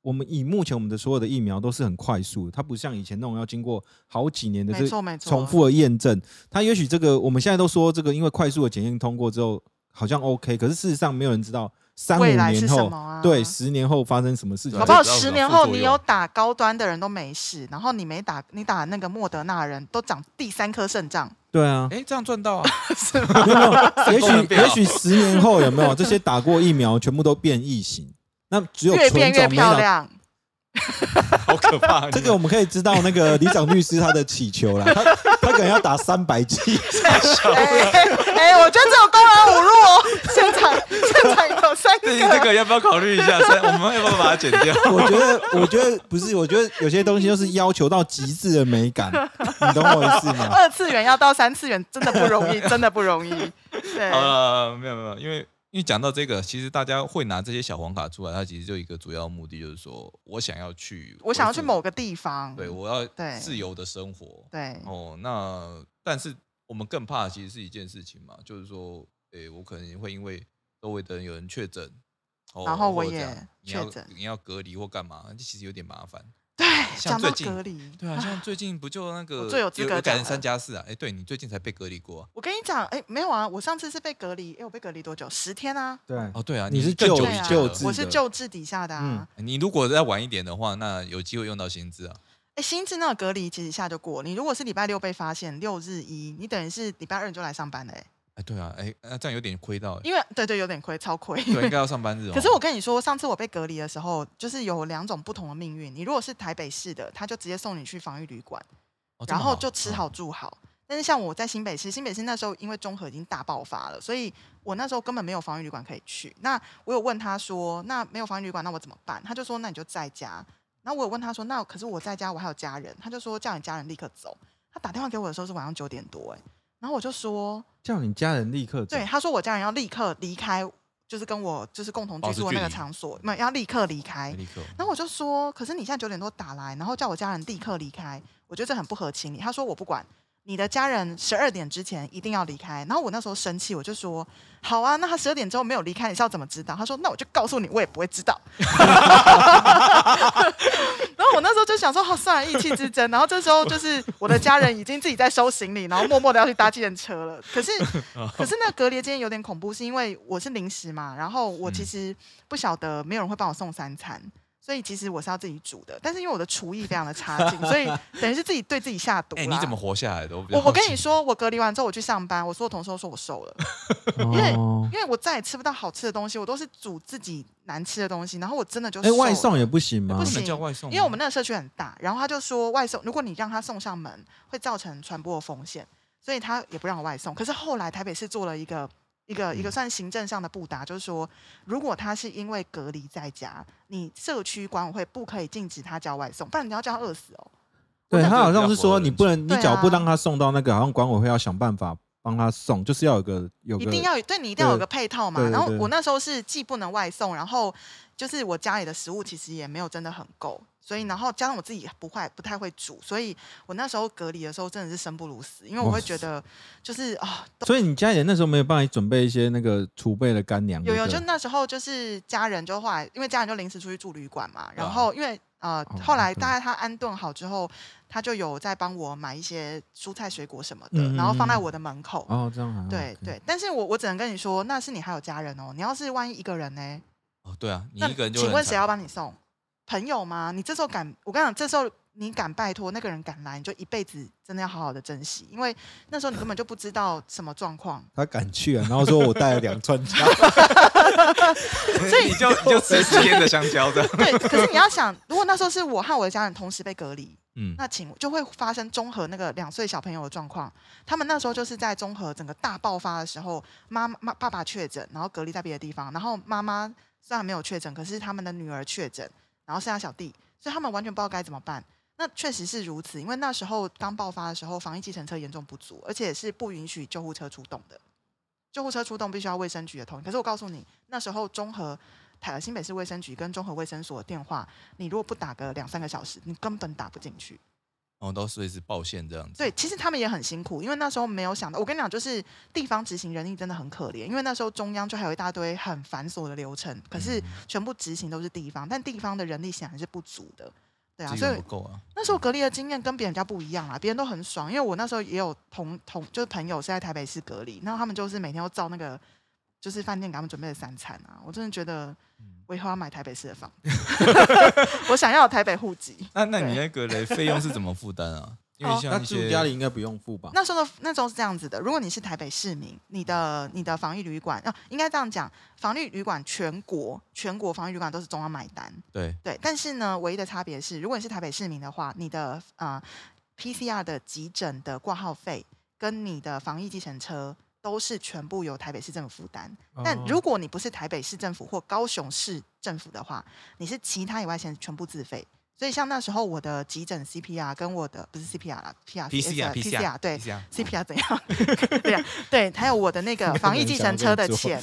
Speaker 2: 我们以目前我们的所有的疫苗都是很快速的，它不像以前那种要经过好几年的这
Speaker 4: 没错没错，
Speaker 2: 重复的验证。它也许这个我们现在都说这个，因为快速的检验通过之后好像 OK，可是事实上没有人知道三五
Speaker 4: 未来是
Speaker 2: 年
Speaker 4: 什
Speaker 2: 后
Speaker 4: 么，啊？
Speaker 2: 对，十年后发生什么事情
Speaker 4: 搞不。好
Speaker 3: 对不知道
Speaker 4: 十
Speaker 3: 有
Speaker 4: 年
Speaker 3: 什么
Speaker 4: 后
Speaker 3: 副作
Speaker 4: 你
Speaker 3: 用
Speaker 4: 有打高端的人都没事，然后你没打，你打那个莫德纳的人都长第三颗肾脏， [laughs]
Speaker 2: 对啊，
Speaker 3: 哎，这样赚到啊！
Speaker 4: 是吗？
Speaker 2: 没有没有，也
Speaker 3: 功能
Speaker 2: 许
Speaker 4: 哦
Speaker 3: 变
Speaker 2: 也
Speaker 3: 好
Speaker 2: 许十年后有没有这些打过疫苗全部都变异型？那只有
Speaker 4: 越
Speaker 2: 纯
Speaker 4: 变
Speaker 2: 种
Speaker 4: 越
Speaker 2: 没
Speaker 4: 漂
Speaker 2: 打
Speaker 3: [laughs]
Speaker 4: 亮。哎
Speaker 3: 好可 [laughs] 怕！
Speaker 2: 这个
Speaker 4: [laughs]
Speaker 2: 我们可以知道那个李长律师他的祈求啦，他他可能要打三百剂，
Speaker 4: 哎哎、我觉得这种公然侮辱哦，现场现场有三
Speaker 3: 这
Speaker 4: 个
Speaker 3: 这个要不要考虑一下？所以我们要不要把它剪掉？
Speaker 2: 我觉得我觉得不是，我觉得有些东西就是要求到极致的美感，你懂我意思吗？
Speaker 4: [laughs] 二次元要到三次元真的不容易，真的不
Speaker 3: [laughs]
Speaker 4: 容易。 [laughs] 对，
Speaker 3: 好了，没有没有，因为因为讲到这个，其实大家会拿这些小黄卡出来，它其实就一个主要目的就是说我想要去，
Speaker 4: 我想要去，某个地方，
Speaker 3: 对我要
Speaker 4: 对
Speaker 3: 自由的生活。
Speaker 4: 对
Speaker 3: 哦，那但是我们更怕的其实是一件事情嘛，就是说，诶，我可能会因为周围的人有人确诊，哦
Speaker 4: 然后
Speaker 3: 或
Speaker 4: 我
Speaker 3: 者这
Speaker 4: 也
Speaker 3: 样你要
Speaker 4: 确诊
Speaker 3: 你要隔离或干嘛，这其实有点麻烦。
Speaker 4: 对，
Speaker 3: 像
Speaker 4: 哎讲到
Speaker 3: 最近
Speaker 4: 隔离，
Speaker 3: 对啊，像最近不就那个
Speaker 4: 我最有资格
Speaker 3: 改
Speaker 4: 讲
Speaker 3: 成三
Speaker 4: 了
Speaker 3: 加四啊？哎，对你最近才被隔离过啊、
Speaker 4: 我跟你讲，哎、没有啊，我上次是被隔离，哎、我被隔离多久？十天啊，
Speaker 2: 对，
Speaker 3: 哦，对啊，
Speaker 2: 你是
Speaker 3: 更
Speaker 2: 旧
Speaker 3: 久
Speaker 4: 对
Speaker 3: 以
Speaker 4: 啊
Speaker 3: 前
Speaker 2: 旧
Speaker 3: 了
Speaker 2: 制
Speaker 4: 我是
Speaker 2: 的
Speaker 4: 救治底下的啊。
Speaker 2: 嗯
Speaker 3: 你如果再晚一点的话，那有机会用到薪资啊。
Speaker 4: 哎，薪资那个隔离其实一下就过。你如果是礼拜六被发现，六日一，你等于是礼拜二你就来上班了、哎，
Speaker 3: 哎，对啊，哎，那这样有点亏到，
Speaker 4: 因为对对，有点亏，超亏。
Speaker 3: 对，应该要上班日哦。
Speaker 4: [laughs] 可是我跟你说，上次我被隔离的时候，就是有两种不同的命运。你如果是台北市的，他就直接送你去防疫旅馆，
Speaker 3: 哦，这
Speaker 4: 然
Speaker 3: 么
Speaker 4: 后就吃
Speaker 3: 嗯
Speaker 4: 好住好。但是像我在新北市，新北市那时候因为中和已经大爆发了，所以我那时候根本没有防疫旅馆可以去。那我有问他说，那没有防疫旅馆，那我怎么办？他就说，那你就在家。然后我有问他说，那可是我在家，我还有家人。他就说，叫你家人立刻走。他打电话给我的时候是晚上九点多、哎，然后我就说，
Speaker 2: 叫你家人立刻走
Speaker 4: 对，，他说我家人要立刻离开，就是跟我就是共同
Speaker 3: 保
Speaker 4: 居
Speaker 3: 持
Speaker 4: 住的那
Speaker 3: 距
Speaker 4: 个
Speaker 3: 离
Speaker 4: 场所，没有要立刻离开
Speaker 3: 哎。立刻
Speaker 4: 然后我就说，可是你现在九点多打来，然后叫我家人立刻离开，我觉得这很不合情理。他说我不管，你的家人十二点之前一定要离开。然后我那时候生气，我就说，好啊，那他十二点之后没有离开，你是要怎么知道？他说，那我就告诉你，我也不会知道。然后我那时候就想说，好，算了，意气之争。然后这时候就是我的家人已经自己在收行李，然后默默的要去搭计程车了。可是，
Speaker 3: 哦
Speaker 4: 可是那个隔离的今天有点恐怖，是因为我是临时嘛，然后我
Speaker 3: 嗯
Speaker 4: 其实不晓得没有人会帮我送三餐。所以其实我是要自己煮的，但是因为我的厨艺非常的差劲，所以等于是自己对自己下毒啦。
Speaker 3: 哎，你怎么活下来的？我比较
Speaker 4: 我我跟
Speaker 3: 好
Speaker 4: 你
Speaker 3: 奇
Speaker 4: 说，我隔离完之后我去上班，我所有同事都说我瘦了，因为
Speaker 2: 哦，
Speaker 4: 因为我再也吃不到好吃的东西，我都是煮自己难吃的东西，然后我真的就
Speaker 2: 哎，
Speaker 4: 瘦
Speaker 2: 外
Speaker 4: 了
Speaker 2: 送也不行吗？
Speaker 4: 哎不
Speaker 3: 不能
Speaker 4: 行
Speaker 3: 叫外送吗，
Speaker 4: 因为我们那个社区很大，然后他就说外送，如果你让他送上门，会造成传播的风险，所以他也不让我外送。可是后来台北市做了一个一个
Speaker 3: 嗯
Speaker 4: 一个算行政上的布达，就是说，如果他是因为隔离在家，你社区管委会不可以禁止他叫外送，不然你要叫他饿死哦。
Speaker 2: 对
Speaker 4: 我
Speaker 2: 他好像
Speaker 3: 比
Speaker 2: 是
Speaker 3: 较活
Speaker 2: 说
Speaker 3: 的
Speaker 2: 你
Speaker 3: 人
Speaker 2: 不能，你
Speaker 4: 对
Speaker 2: 只要不
Speaker 4: 啊
Speaker 2: 让他送到那个，好像管委会要想办法帮他送，就是要有个有
Speaker 4: 一
Speaker 2: 个
Speaker 4: 定要有对你一定要有个配套嘛
Speaker 2: 对。对
Speaker 4: 然后
Speaker 2: 对
Speaker 4: 我那时候是既不能外送，然后就是我家里的食物其实也没有真的很够，所以然后加上我自己也不会不太会煮，所以我那时候隔离的时候真的是生不如死，因为我
Speaker 2: 哇
Speaker 4: 会觉得就是啊、都
Speaker 2: 所以你家里人那时候没有帮你准备一些那个储备的干粮，
Speaker 4: 有
Speaker 2: 对
Speaker 4: 有
Speaker 2: 不
Speaker 4: 就
Speaker 2: 对
Speaker 4: 那时候就是家人就后来因为家人就临时出去住旅馆嘛，然后因为。呃
Speaker 2: 哦，
Speaker 4: 后来
Speaker 2: 对
Speaker 4: 大概他安顿好之后，他就有在帮我买一些蔬菜水果什么的，
Speaker 2: 嗯嗯
Speaker 4: 然后放在
Speaker 2: 嗯
Speaker 4: 我的门口。
Speaker 2: 哦，这样还好
Speaker 4: 对
Speaker 2: OK
Speaker 4: 对，但是我我只能跟你说，那是你还有家人哦。你要是万一一个人呢，
Speaker 3: 哦对啊，你
Speaker 4: 那
Speaker 3: 一个人就
Speaker 4: 请
Speaker 3: 很
Speaker 4: 问
Speaker 3: 惨
Speaker 4: 谁要帮你送？朋友吗？你这时候敢，我跟你讲，这时候你敢拜托那个人敢来，你就一辈子真的要好好的珍惜，因为那时候你根本就不知道什么状况。
Speaker 3: [laughs]
Speaker 2: 他敢去啊，然后说我带了两串 [laughs] 香，
Speaker 3: [laughs]
Speaker 4: 所以。
Speaker 3: 你就你就吃十天的香蕉这样
Speaker 4: 对，可是你要想，如果那时候是我和我的家人同时被隔离，
Speaker 3: [laughs] 嗯，
Speaker 4: 那请就会发生综合那个两岁小朋友的状况。他们那时候就是在综合整个大爆发的时候，妈妈爸爸确诊，然后隔离在别的地方，然后妈妈虽然没有确诊，可是他们的女儿确诊，然后剩下小弟，所以他们完全不知道该怎么办。那确实是如此，因为那时候刚爆发的时候，防疫计程车严重不足，而且是不允许救护车出动的。救护车出动必须要卫生局的同意。可是我告诉你，那时候综合台新北市卫生局跟综合卫生所的电话，你如果不打个两三个小时，你根本打不进去。
Speaker 3: 我哦都随时报线这样子。
Speaker 4: 对，其实他们也很辛苦，因为那时候没有想到。我跟你讲，就是地方执行人力真的很可怜，因为那时候中央就还有一大堆很繁琐的流程，可是全部执行都是地方，但地方的人力显然是不足的。对啊，
Speaker 3: 资
Speaker 4: 所
Speaker 3: 源
Speaker 4: 以
Speaker 3: 不够啊。
Speaker 4: 那时候隔离的经验跟别人家不一样啦，别人都很爽，因为我那时候也有同同就是朋友是在台北市隔离，然后他们就是每天都照那个就是饭店给他们准备的三餐啊，我真的觉得我以后要买台北市的房子， [laughs] 我想要有台北户籍。
Speaker 3: 那那你
Speaker 4: 对
Speaker 3: 那个
Speaker 4: [laughs]
Speaker 3: 嘞费用是怎么负担啊？因为
Speaker 4: 哦
Speaker 2: 他
Speaker 3: 像一
Speaker 2: 住
Speaker 3: 些
Speaker 2: 家里应该不用付吧？
Speaker 4: 那时候的那时候是这样子的，如果你是台北市民，你的你的防疫旅馆啊，应该这样讲，防疫旅馆全国全国防疫旅馆都是中央买单， [laughs]
Speaker 3: 对
Speaker 4: 对。但是呢，唯一的差别是，如果你是台北市民的话，你的啊 PCR 的急诊的挂号费跟你的防疫计程车都是全部由台北市政府负担。但如果你不是台北市政府或高雄市政府的话，你是其他以外先全部自费。所以像那时候我的急诊 CPR 跟我的不是 CPR 啦，PR
Speaker 3: PCR
Speaker 4: PCR 对
Speaker 3: PCR
Speaker 4: CPR 怎样？ [laughs] 对呀、对，还有我的那个
Speaker 3: [laughs]
Speaker 4: 防疫计程车的钱，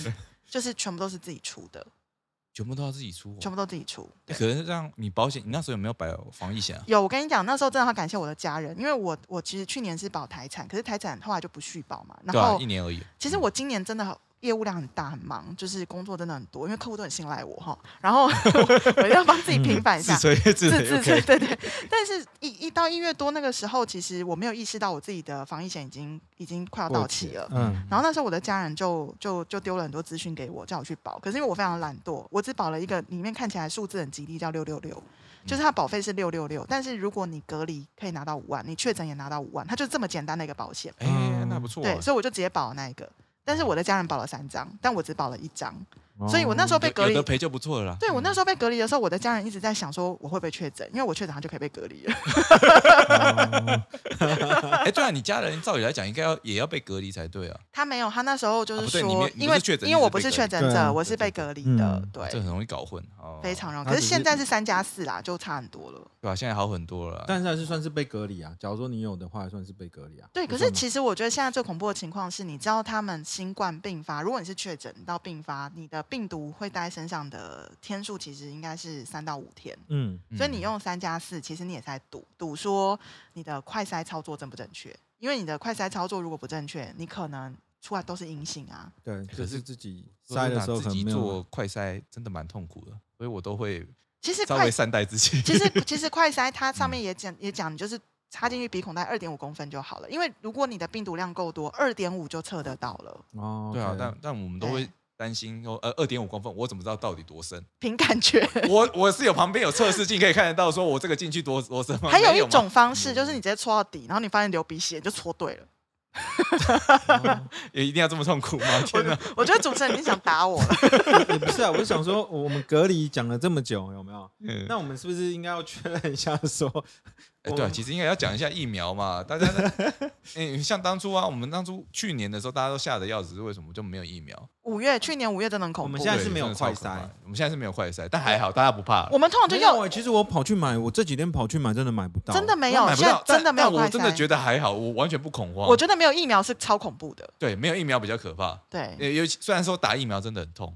Speaker 4: 就是全部都是自己出的，
Speaker 3: 全部都要自己出哦。
Speaker 4: 全部都自己出。
Speaker 3: 欸可能让你保险，你那时候有没有保防疫险啊？
Speaker 4: 有，我跟你讲，那时候真的要感谢我的家人，因为我我其实去年是保台产，可是台产后来就不续保嘛。然
Speaker 3: 对啊，
Speaker 4: 后
Speaker 3: 一年而已。
Speaker 4: 其实我今年真的很业务量很大，很忙，就是工作真的很多，因为客户都很信赖我哈。然后 [laughs] 我要帮自己平反一下，
Speaker 3: 吹嗯自
Speaker 4: 自自吹，对对。但是一，一到一月多那个时候，其实我没有意识到我自己的防疫险已经已经快要
Speaker 2: 过
Speaker 4: 到
Speaker 2: 期
Speaker 4: 期了。
Speaker 2: 嗯，
Speaker 4: 然后那时候我的家人就就就丢了很多资讯给我，叫我去保。可是因为我非常懒惰，我只保了一个里面看起来数字很吉利，叫六六六。
Speaker 3: 嗯
Speaker 4: 就是它保费是六六六，但是如果你隔离可以拿到五万，你确诊也拿到五万，它就这么简单的一个保险。
Speaker 3: 哎、那不错、啊
Speaker 4: 对，，所以我就直接保了那一个。但是我的家人保了三张，但我只保了一张，嗯
Speaker 2: 哦
Speaker 4: 所以我那时候
Speaker 3: 哦
Speaker 4: 被
Speaker 3: 有
Speaker 4: 隔离
Speaker 3: 有嗯得。赔就不错了啦。
Speaker 4: 对我那时候被隔离的时候，我的家人一直在想说我会不会确诊，因为我确诊他就可以被隔离了。 [laughs]
Speaker 2: [laughs]
Speaker 3: 哎、对啊，你家人照理来讲应该要也要被隔离才对啊，
Speaker 4: 他没有，他那时候就
Speaker 3: 啊
Speaker 4: 是
Speaker 3: 不对你
Speaker 4: 说，
Speaker 3: 没你
Speaker 4: 因
Speaker 3: 不
Speaker 4: 为
Speaker 3: 是确诊
Speaker 4: 因为我
Speaker 3: 你
Speaker 4: 不
Speaker 3: 是
Speaker 4: 是
Speaker 3: 被
Speaker 4: 确
Speaker 3: 隔
Speaker 4: 诊
Speaker 2: 离对啊
Speaker 4: 者，我是被隔离的
Speaker 2: 嗯，
Speaker 4: 对，
Speaker 3: 这很容易搞混哦。
Speaker 4: 非常容易。
Speaker 2: 他
Speaker 4: 可是
Speaker 2: 只是
Speaker 4: 现在是三加四啦，就差很多了。
Speaker 3: 对吧、啊现在好很多了啦。
Speaker 2: 但是还是算是被隔离啊。假如说你有的话，算是被隔离啊。
Speaker 4: 对，
Speaker 2: 不
Speaker 4: 可
Speaker 2: 算
Speaker 4: 是
Speaker 2: 吗
Speaker 4: 其实我觉得现在最恐怖的情况是，你知道他们新冠病发，如果你是确诊到病发，你的病毒会待在身上的天数其实应该是三到五天，
Speaker 2: 嗯，
Speaker 4: 所以你用三加四，其实你也在赌赌说你的快筛操作正不正确，因为你的快筛操作如果不正确，你可能出来都是阴性啊。
Speaker 2: 对，就
Speaker 3: 可
Speaker 2: 是
Speaker 3: 是
Speaker 2: 自己
Speaker 3: 说真
Speaker 2: 塞的
Speaker 3: 啊
Speaker 2: 时候
Speaker 3: 自
Speaker 2: 可
Speaker 3: 己
Speaker 2: 能没有
Speaker 3: 做快筛真的蛮痛苦的，所以我都会
Speaker 4: 其实
Speaker 3: 稍
Speaker 4: 快
Speaker 3: 微，善待自 [laughs] 己。
Speaker 4: 其实其实快筛它上面也讲也讲，你就是插进去鼻孔大概二点五公分就好了，因为如果你的病毒量够多，二点五就测得到了，
Speaker 2: 哦，
Speaker 3: 对啊
Speaker 2: OK，
Speaker 3: 但但我们都会
Speaker 4: 对
Speaker 3: 担心哦，呃，二点五公分，我怎么知道到底多
Speaker 4: [laughs]
Speaker 3: 深？
Speaker 4: 凭感觉。
Speaker 3: 我我是有旁边有测试镜可以看得到，说我这个进去多多深吗？
Speaker 4: [laughs] 还有
Speaker 3: 哦没
Speaker 4: 一
Speaker 3: 吗嗯
Speaker 4: 种方式就是你直接戳到底，然后你发现流鼻血，你就戳对了。
Speaker 3: [laughs]
Speaker 4: [laughs]
Speaker 3: 也一定要这么痛苦吗？天哪！
Speaker 4: 我觉得主持人已经想打我了。
Speaker 2: 也不 [laughs] 是啊，我是想说，我们隔离讲了这么久，有没有？
Speaker 3: 嗯
Speaker 2: 那我们是不是应该要确认一下，说
Speaker 3: [laughs] 哎
Speaker 2: 我
Speaker 3: 对啊，
Speaker 2: 们
Speaker 3: 其实应该要讲一下疫苗嘛，
Speaker 4: [laughs]
Speaker 3: 大家，哎，像当初啊，我们当初去年的时候，大家都吓得要死，为什么就没有疫苗？
Speaker 4: 五月，去年五月真的很恐怖。
Speaker 2: 我们现在是
Speaker 3: 对
Speaker 2: 没有
Speaker 3: 真的超
Speaker 2: 快
Speaker 3: 可怕
Speaker 2: 筛
Speaker 3: 我们现在是没有快筛，但还好大家不怕了
Speaker 4: 我。们通常就
Speaker 2: 没
Speaker 4: 用
Speaker 2: 有欸其实我跑去买，我这几天跑去买，真的买不到，
Speaker 4: 真的没
Speaker 3: 我
Speaker 4: 有
Speaker 3: 买，不
Speaker 4: 现在
Speaker 3: 到，
Speaker 4: 真的
Speaker 3: 但
Speaker 4: 没有
Speaker 3: 但
Speaker 4: 快
Speaker 3: 我真的觉
Speaker 4: 筛。
Speaker 3: 得还好，我完全不恐慌。
Speaker 4: 我觉得没有疫苗是超恐怖的。
Speaker 3: 对，没有疫苗比较可怕。
Speaker 4: 对，
Speaker 3: 呃尤其虽然说打疫苗真的很痛，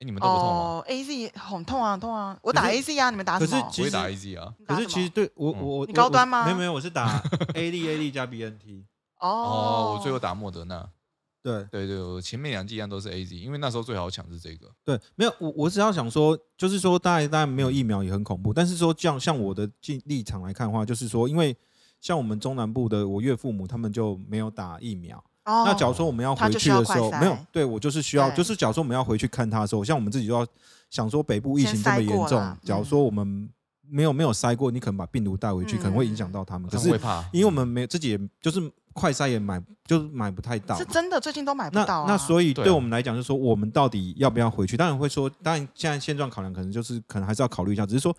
Speaker 3: 哎，你们都不痛吗？
Speaker 4: 哦，A Z 很痛啊，痛啊！我打
Speaker 2: 可
Speaker 4: A Z 啊，你们打
Speaker 2: 可
Speaker 4: 什
Speaker 2: 是
Speaker 4: 么
Speaker 2: 其？
Speaker 3: 我
Speaker 2: 实
Speaker 3: 会打 AZ 啊。
Speaker 4: 你打
Speaker 2: 可是
Speaker 4: 什么
Speaker 2: 其实对我
Speaker 3: 嗯
Speaker 2: 我我
Speaker 4: 你高端吗
Speaker 2: 没有没有，我是
Speaker 3: [laughs]
Speaker 2: 打 A 粒 A 粒加 B N T。
Speaker 4: 哦
Speaker 3: 哦，我最后打莫德纳。
Speaker 2: 对
Speaker 3: 对对，我前面两剂一样都是 A Z，因为那时候最好抢是这个。
Speaker 2: 对，没有我我只要想说，就是说，当然当然没有疫苗也很恐怖，但是说像像我的立立场来看的话，就是说，因为像我们中南部的我岳父母他们就没有打疫苗，
Speaker 4: 哦
Speaker 2: 那假如说我们要
Speaker 4: 他
Speaker 2: 回
Speaker 4: 就
Speaker 2: 去
Speaker 4: 需要
Speaker 2: 的时候，
Speaker 4: 快筛
Speaker 2: 没有，对我就是需要，
Speaker 4: 对
Speaker 2: 就是假如说我们要回去看他的时候，像我们自己就要想说北部疫情
Speaker 4: 先
Speaker 2: 这么
Speaker 4: 筛过
Speaker 2: 严重
Speaker 4: 啦，嗯
Speaker 2: 假如说我们没有没有筛过，你可能把病毒带回去，
Speaker 4: 嗯
Speaker 2: 可能会影响到他们。可
Speaker 3: 但
Speaker 2: 是
Speaker 3: 我会怕，
Speaker 2: 因为我们没有自己也就是快筛也买，就是买不太到
Speaker 4: 是。真的，最近都买不
Speaker 2: 那
Speaker 4: 到啊。
Speaker 2: 那所以
Speaker 3: 对啊
Speaker 2: 对我们来讲，就是说我们到底要不要回去？当然会说，当然现在现状考量，可能就是可能还是要考虑一下。只是说，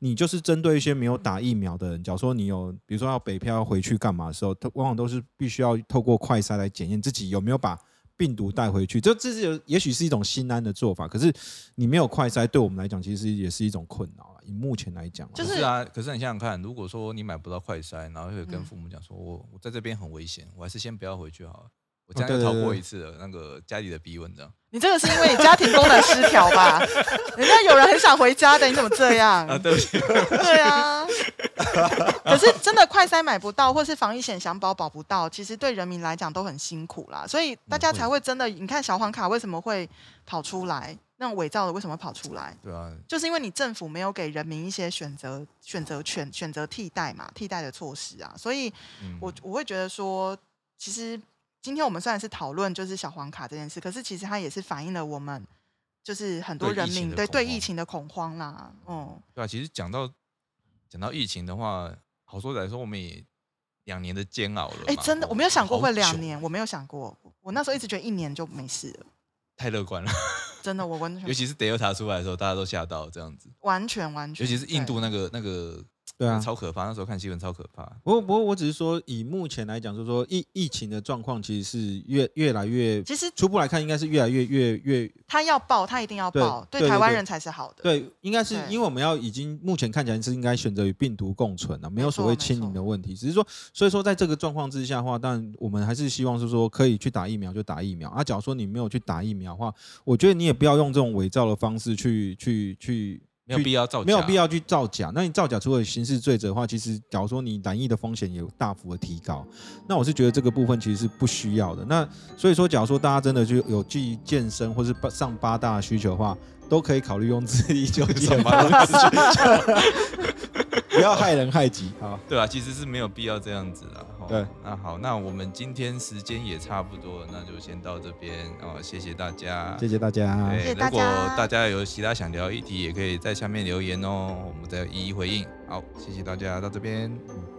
Speaker 2: 你就是针对一些没有打疫苗的人，假如说你有，比如说要北漂要回去干嘛的时候，他往往都是必须要透过快筛来检验自己有没有把病毒带回去。这这是有也许是一种心安的做法，可是你没有快筛，对我们来讲其实也是一种困扰啊。以目前来讲啊，
Speaker 4: 就
Speaker 3: 可
Speaker 4: 是
Speaker 3: 是啊，可是你想想看，如果说你买不到快筛，然后又跟
Speaker 4: 嗯
Speaker 3: 父母讲说，我我在这边很危险，我还是先不要回去好了。我
Speaker 2: 哦
Speaker 3: 这样又
Speaker 2: 对对
Speaker 3: 逃
Speaker 2: 对
Speaker 3: 过
Speaker 2: 对
Speaker 3: 一次了那个家里的逼问，这样
Speaker 4: 你这个是因为你家庭功能失调
Speaker 3: [laughs]
Speaker 4: 吧？人家有人很想回家的，你怎么这样？
Speaker 3: 啊，对不起，
Speaker 4: 对啊，可是真的快筛买不到，或是防疫险想保保不到，其实对人民来讲都很辛苦啦，所以大家才会真的，你看小黄卡为什么会跑出来，那种伪造的为什么跑出来，
Speaker 3: [laughs] 对啊，
Speaker 4: 就是因为你政府没有给人民一些选择选择权、选择替代嘛，替代的措施啊，所以
Speaker 3: 嗯
Speaker 4: 我我会觉得说，其实今天我们虽然是讨论就是小黄卡这件事，可是其实它也是反映了我们就是很多
Speaker 3: 对疫
Speaker 4: 人
Speaker 3: 情
Speaker 4: 民
Speaker 3: 的
Speaker 4: 对
Speaker 3: 恐
Speaker 4: 对
Speaker 3: 慌
Speaker 4: 疫情的恐慌啦，嗯，
Speaker 3: 对啊，其实讲到讲到疫情的话，好说歹说，我们也两年的煎熬了嘛。
Speaker 4: 哎、真的，
Speaker 3: 哦
Speaker 4: 我没有想过
Speaker 3: 好
Speaker 4: 会
Speaker 3: 久
Speaker 4: 两年，我没有想过，我那时候一直觉得一年就没事了，
Speaker 3: 太乐
Speaker 4: [laughs]
Speaker 3: 观了。
Speaker 4: 真的，我完
Speaker 3: 尤
Speaker 4: 全
Speaker 3: 其是 Delta 出来的时候，大家都吓到这样子，
Speaker 4: 完全完全，
Speaker 3: 尤其是印
Speaker 4: 对，
Speaker 3: 度那个那个
Speaker 2: 对啊，
Speaker 3: 超可怕，那时候看新闻超可怕。
Speaker 2: 不过，不过我只是说，以目前来讲，就是说疫疫情的状况其实是越越来越，
Speaker 4: 其实
Speaker 2: 初步来看应该是越来越越越
Speaker 4: 他要报，他一定要
Speaker 2: 对
Speaker 4: 报，对
Speaker 2: 对
Speaker 4: 台
Speaker 2: 对
Speaker 4: 湾
Speaker 2: 对
Speaker 4: 人才是好的，
Speaker 2: 对，应该是
Speaker 4: 对
Speaker 2: 因为我们要已经目前看起来是应该选择与病毒共存了、啊没有
Speaker 4: 没错
Speaker 2: 所谓清零的问题，只是说，所以说在这个状况之下的话，但我们还是希望是说可以去打疫苗就打疫苗啊。假如说你没有去打疫苗的话，我觉得你也不要用这种伪造的方式去去去。
Speaker 3: 没有必要造假，
Speaker 2: 没有必要去造假。那你造假除了刑事罪责的话，其实假如说你染疫的风险也有大幅的提高，那我是觉得这个部分其实是不需要的。那所以说，假如说大家真的就有去健身或是八上八大的需求的话，都可以考虑用自力救济的
Speaker 3: 上
Speaker 2: 方
Speaker 3: 八 [laughs]
Speaker 2: 式，不要害人害己。好，
Speaker 3: 对啊，其实是没有必要这样子啦。哦，
Speaker 2: 对，
Speaker 3: 那好，那我们今天时间也差不多了，那就先到这边哦，谢谢大家。
Speaker 2: 谢谢大家，
Speaker 3: 对
Speaker 4: 谢谢大
Speaker 3: 哎如果
Speaker 4: 家
Speaker 3: 大家有其他想聊的议题，也可以在下面留言哦，我们再一一回应。好，谢谢大家，到这边，
Speaker 2: 拜